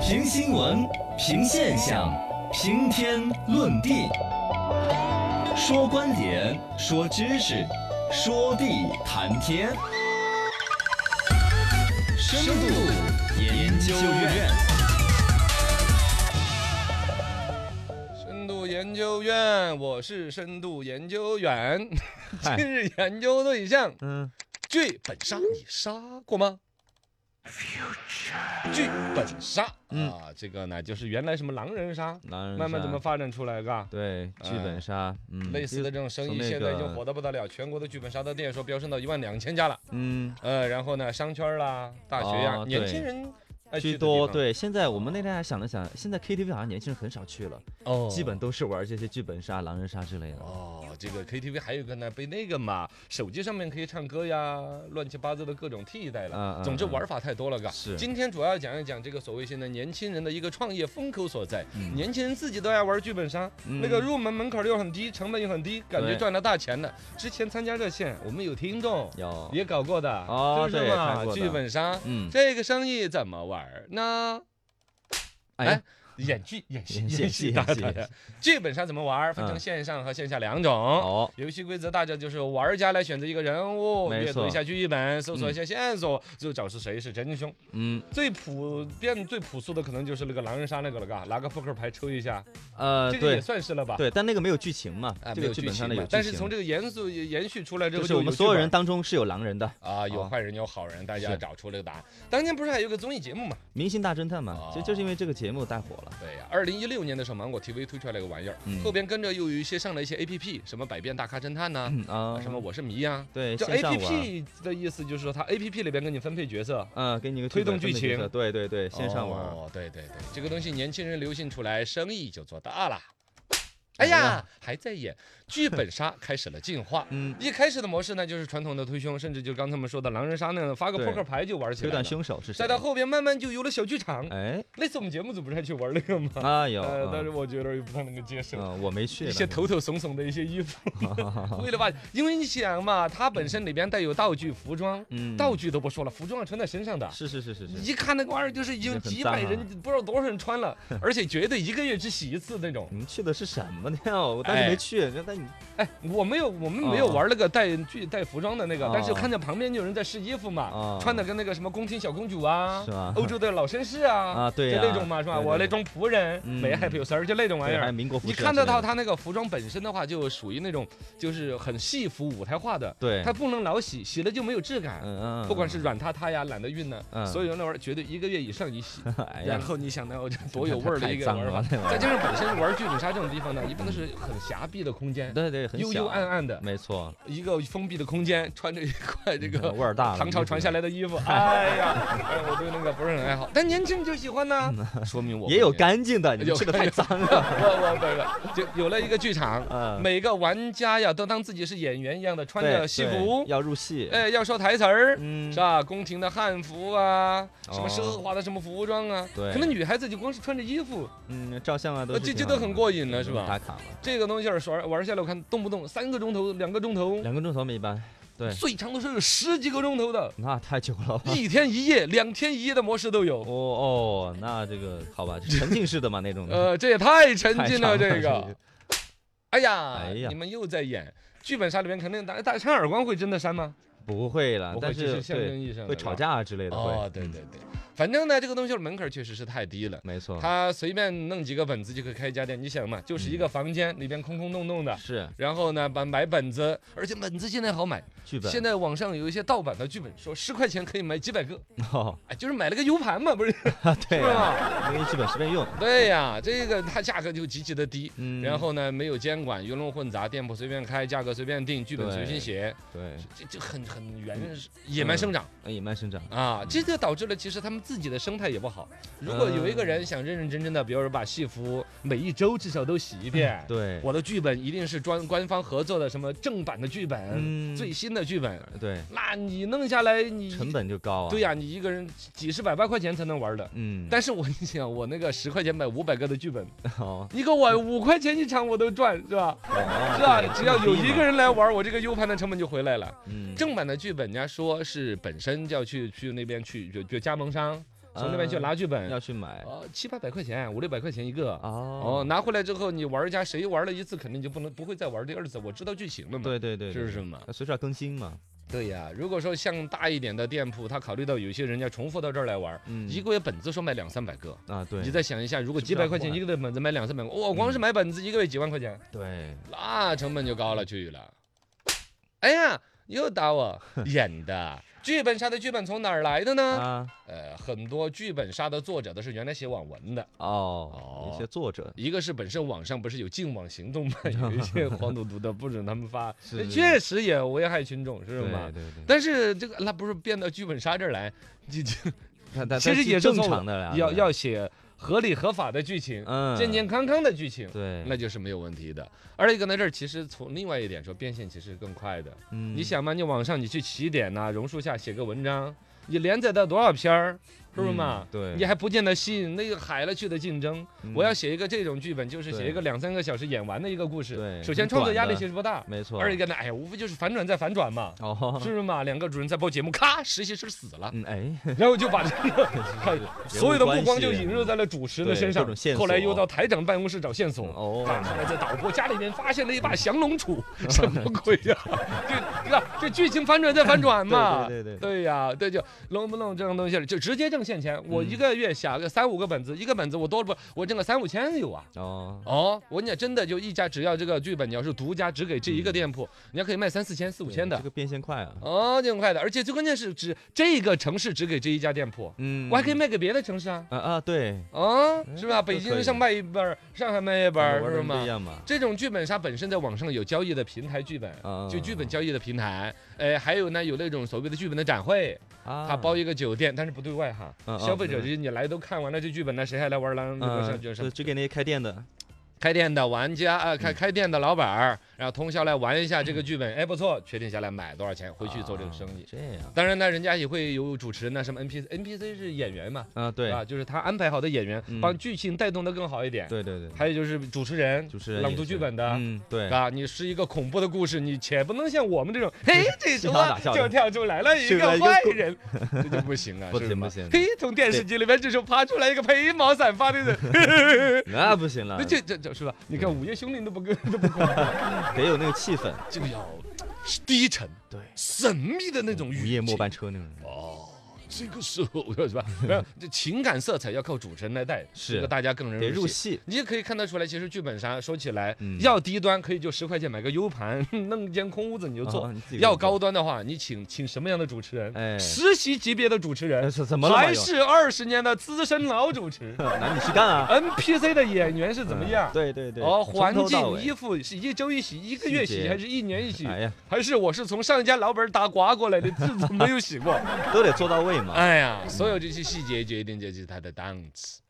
评新闻，评现象，评天论地，说观点，说知识，说地谈天。深度研究院，深度研究院，我是深度研究员。今日研究对象，嗯，剧本杀你杀过吗？剧本杀嗯啊，这个呢，就是原来什么狼人杀，狼人慢慢怎么杀发展出来的。对剧哎本杀，嗯，类似的这种生从意那现在已经个火得不得了，全国的剧本杀的店说飙升到一万两千家了。嗯呃，然后呢，商圈啦、大学呀、哦年对轻人爱去居的多。地方，对，现在我们那天还想了想，现在 KTV 好像年轻人很少去了，哦基本都是玩这些剧本杀、狼人杀之类的。哦，这个 KTV 还有一个呢，被那个嘛，手机上面可以唱歌呀，乱七八糟的各种替代了。嗯嗯总之嗯玩法太多了，嘎。是今天主要讲一讲这个所谓现在年轻人的一个创业风口所在。嗯年轻人自己都爱玩剧本杀，那个嗯入门门槛又很低，成本又很低，感觉对赚了大钱的。之前参加热线，我们有听众有也搞过的，哦是不是对看嘛？过的剧本杀，嗯，这个生意怎么玩儿呢？哎哎呀，演剧、演戏、演戏演戏打演戏打演的剧本杀怎么玩儿？分成嗯线上和线下两种。好，游戏规则大家就是玩家来选择一个人物，没阅读错一下剧本，搜索一嗯下线索，就找是谁是真凶。嗯最普遍、最朴素的可能就是那个狼人杀那个了，嘎，拿个扑克牌抽一下，呃这个也对算是了吧？对，但那个没有剧情嘛啊，，这没个有剧剧本杀情的有嘛剧情，但是从这个严肃延续出来之后，就是我们有所有剧人本当中是有狼人的，啊，有哦坏人有好人，大家是找出了个答案。当年不是还有个综艺节目嘛？ 《明星大侦探》嘛，其实就是因为这个节目带火了。对呀、2二零一六年的时候，芒果 TV 推出来了个玩意儿，嗯哦后边跟着又有一些上了一些 APP，什么百变大咖侦探呐、嗯啊啊，什么我是迷呀、对就哎线上玩， APP 的意思就是说，它 APP 里边给你分配角色。嗯，给你一个推本分动剧的角情色对对对，线上玩。哦，对对对，这个东西年轻人流行出来，生意就做大了。哎哎呀呀，还在演剧本杀开始了进化。嗯， 一开始的模式呢，就是传统的推凶，甚至就刚才我们说的狼人杀那样的，发个对扑克牌就玩起推来断了。凶手是谁？再到后边，慢慢就有了小剧场，哎，类似我们节目组不是还去玩那 个吗？啊有，呃，嗯但是我觉得又不太能够接受。嗯，我没去一呢。些头头怂怂的一些 衣服，为了把，因为你想嘛，它本身里边带有道具、服装，嗯，道具都不说了，服装要穿在身上的。是是是是是，一看那个玩意儿，就是已经那很几脏百啊人，不知道多少人 穿了，而且绝对一个月只洗一次那种。你们去的是什么呢？哦我当时哎没去，那但你哎，我没有，我们没有哦玩那个带具带服装的那个，但是哦看见旁边就有人在试衣服嘛哦，穿的跟那个什么宫廷小公主啊是， 吧？欧洲的老绅士啊，啊，对就呀，那种嘛，是吧？对我对那种仆人，没嗯还有丝儿，就那种玩意对还有儿。民国服，啊你看得到，他那个服装本身的话，就属于那种就是很戏服舞台化的，对，它不能老洗，洗了就没有质感。嗯嗯，不管是软塌塌呀，懒得熨呢，嗯所以那玩意儿绝对一个月以上一洗。哎呀然后你想到这 多有味儿的一个太脏玩 法了那玩意，儿再加上本身玩剧本杀这种地方呢，一般都是很狭闭的空间，对对，很幽幽小暗，暗的没错，一个封闭的空间，穿着一块这嗯个味儿大了， 唐朝传下来来的衣服，哎呀，哎我对那个不是很爱好，但年轻人就喜欢呢，说明我嗯也有不 年干净的，你有们去的 太脏轻，了，我我不不，就有了一个剧场， 嗯，每个玩家呀都当自己是演员一样的，穿着对戏对服，要入戏，哎，要说台词儿，嗯是，吧？宫廷的汉服啊，什么哦奢华的什么服装啊，对可能女孩子就光是穿着衣服，嗯，照相啊，都是这挺这好都很的过瘾了是嗯吧打卡了，这个东西儿玩玩下来，我看动不动三个钟头、两个钟头，两个钟头没一般，对，，最长的时候有十几个钟头的那太久了吧。一天一夜、两天一夜的模式都有。哦哦，那这个好吧，沉浸式的嘛那种的，呃，这也太沉嗯太浸长了，这个个。，哎呀，哎呀你们又在演剧本杀里面，肯定打打扇耳光会真的扇吗？ 不会了不，会，啊但这是是象征对意义上的会吵是吧。架啊之类的，哦会，，对对对，反正呢，这个东西儿门槛儿确实是太低了。没错，他随便弄几个本子就可以开一家店。你想嘛，就是一个房间里边空空洞洞的，是然后呢，把买本子，而且本子现在好买，剧本。现在网上有一些盗版的剧本，说十块钱可以买几百个， 哦，哎，就是买了个 U 盘嘛，不是？对是啊，因为剧本随便用， 对呀，这个它价格就极其的低。嗯，然后呢，没有监管，鱼龙混杂，店铺随便开，价格随便定，剧本随心对写，嗯对这就很很原野蛮生长呃野蛮生长，啊！这就导致了其实他们自己的生态也不好。如果有一个嗯人想认认真真的，比如说把戏服每一周至少都洗一遍，嗯对，我的剧本一定是专官方合作的什么正版的剧本，嗯最新的剧本。对那你弄下来你成本就高啊，对呀、你一个人几十百八块钱才能玩的。嗯， 但是我跟你讲，我那个十块钱买五百个的剧本，好，你给我五块钱一场我都赚，是吧？哦是吧对？只要有一个人，人来玩，我这个 U 盘的成本就回来了。嗯，正版的剧本，人家说是本身就要去去那边去就就加盟商。从那边去嗯拿剧本，要去买呃，七八百块钱，五六百块钱一个。哦哦，拿回来之后，你玩一下，谁玩了一次，肯定就不能不会再玩第二次。我知道剧情了嘛，对对对，是对不是嘛？要随时要更新嘛，对呀，如果说像大一点的店铺，他考虑到有些人家重复到这儿来玩，嗯一个月本子说卖两三百个，啊对，你再想一下，如果是不几是百要块钱换一个的本子卖两三百个，哇，嗯光是买本子一个月几万块钱，对，那成本就高了去了。哎呀，又打我演的剧本杀的剧本从哪儿来的呢？啊呃，很多剧本杀的作者都是原来写网文的，哦，有一些作者一个是本身网上不是有禁网 行动嘛，有一些黄赌毒的不准他们发，是是确实也危害群众，是对吗？对对，但是这个那不是变到剧本杀这儿来，你 就但但其但实是也是正从常的啦，要哎对啊要写合理合法的剧情，嗯健健康康的剧情，对，那就是没有问题的。而一个呢，这儿其实从另外一点说，变现其实是更快的。嗯你想嘛，你网上你去起点呐、榕树下写个文章，你连载到多少篇儿，是不是嘛嗯？对嗯你还不见得吸引那个海了去的竞争。我要写一个这种剧本，就是写一对个两三个小时演完的一个故事。对首先很创作短压力的其实不大，没错，二一个呢，哎呀，无非就是反转再反转嘛。 哦是，不是嘛？两个主人在播节目，咔，实习生死 了，嗯哎，然后就把这 个所有的目光就引入在了主持的身上对各种线，索后来又到台长办公室找线索。哦看，后来在导播家里面发现了一把降龙 杵，什么鬼 呀、这这这剧情反转再反转嘛，对对对对呀、对就弄不弄这种东西就直接挣现嗯钱。我一个月下个三五个本子，一个本子我多不我挣个三五千有啊。哦，哦，我跟你讲，真的就一家，只要这个剧本你要是独家只给这一个店铺，人家可以卖三四千、四五对千的这。个变现快啊，哦，这很快的，而且最关键是只这个城市只给这一家店铺，嗯，我还可以卖给别的城市啊，啊啊对，啊，是吧？都北可京以上卖一本儿，上海卖一本玩儿，的是人不吗一？样嘛，这种剧本杀本身在网上有交易的平台剧本。啊就剧本交易的平台，哎，还有呢，有那种所谓的剧本的展会，啊，它包一个酒店，但是不对外哈，嗯嗯消费者对这些你来都看完了这剧本，那谁还来玩儿呢？那个嗯上去上就只给那些开店的，开店的玩家啊，嗯开开店的老板儿，然后通宵来玩一下这个剧本，哎，不错，确定下来买多少钱，回去做这个生意啊。这样当然呢，人家也会有主持人呢，什么 NPC，NPC 是演员嘛，啊，对啊，就是他安排好的演员，嗯帮剧情带动的更好一点。对对对，还有就是主持人，主持人朗也读是剧本的。嗯对，啊，你是一个恐怖的故事，你且不能像 我们这种，嘿，这时候啊打笑就的跳出来了一出来个一个坏鬼 人，这就不行啊，不是行吗不 行嘿，从电视机里面这时候爬出来一个披毛散发的人，那不行了 那，这这这是吧？你看《午夜凶铃》都不跟 都不恐怖，得有那个气氛，这个要低沉、对，神秘的那种午语夜末气班车那种人，哦。这个时候是 吧？没有，这情感色彩要靠主持人来带，是这个大家更能得入戏。戏，你也可以看得出来，其实剧本杀说起来、嗯要低端，可以就十块钱买个 U 盘， 弄间空屋子你就做；啊你自己要做高端的话，你请请什么样的主持人？哎实习级别的主持人哎，是怎么了嘛还又是二十年的资深老主持那你去干啊， ？NPC 的演员是怎么样？嗯对 对对，哦，从环头到境、尾衣服是一周一洗，一个细月洗，节还是一年一洗？哎呀，还是我是从上一家老板打刮过来的， 这怎么没有洗过？都得做到位嘛。哎呀，所有这些细节决定着就是它的档次。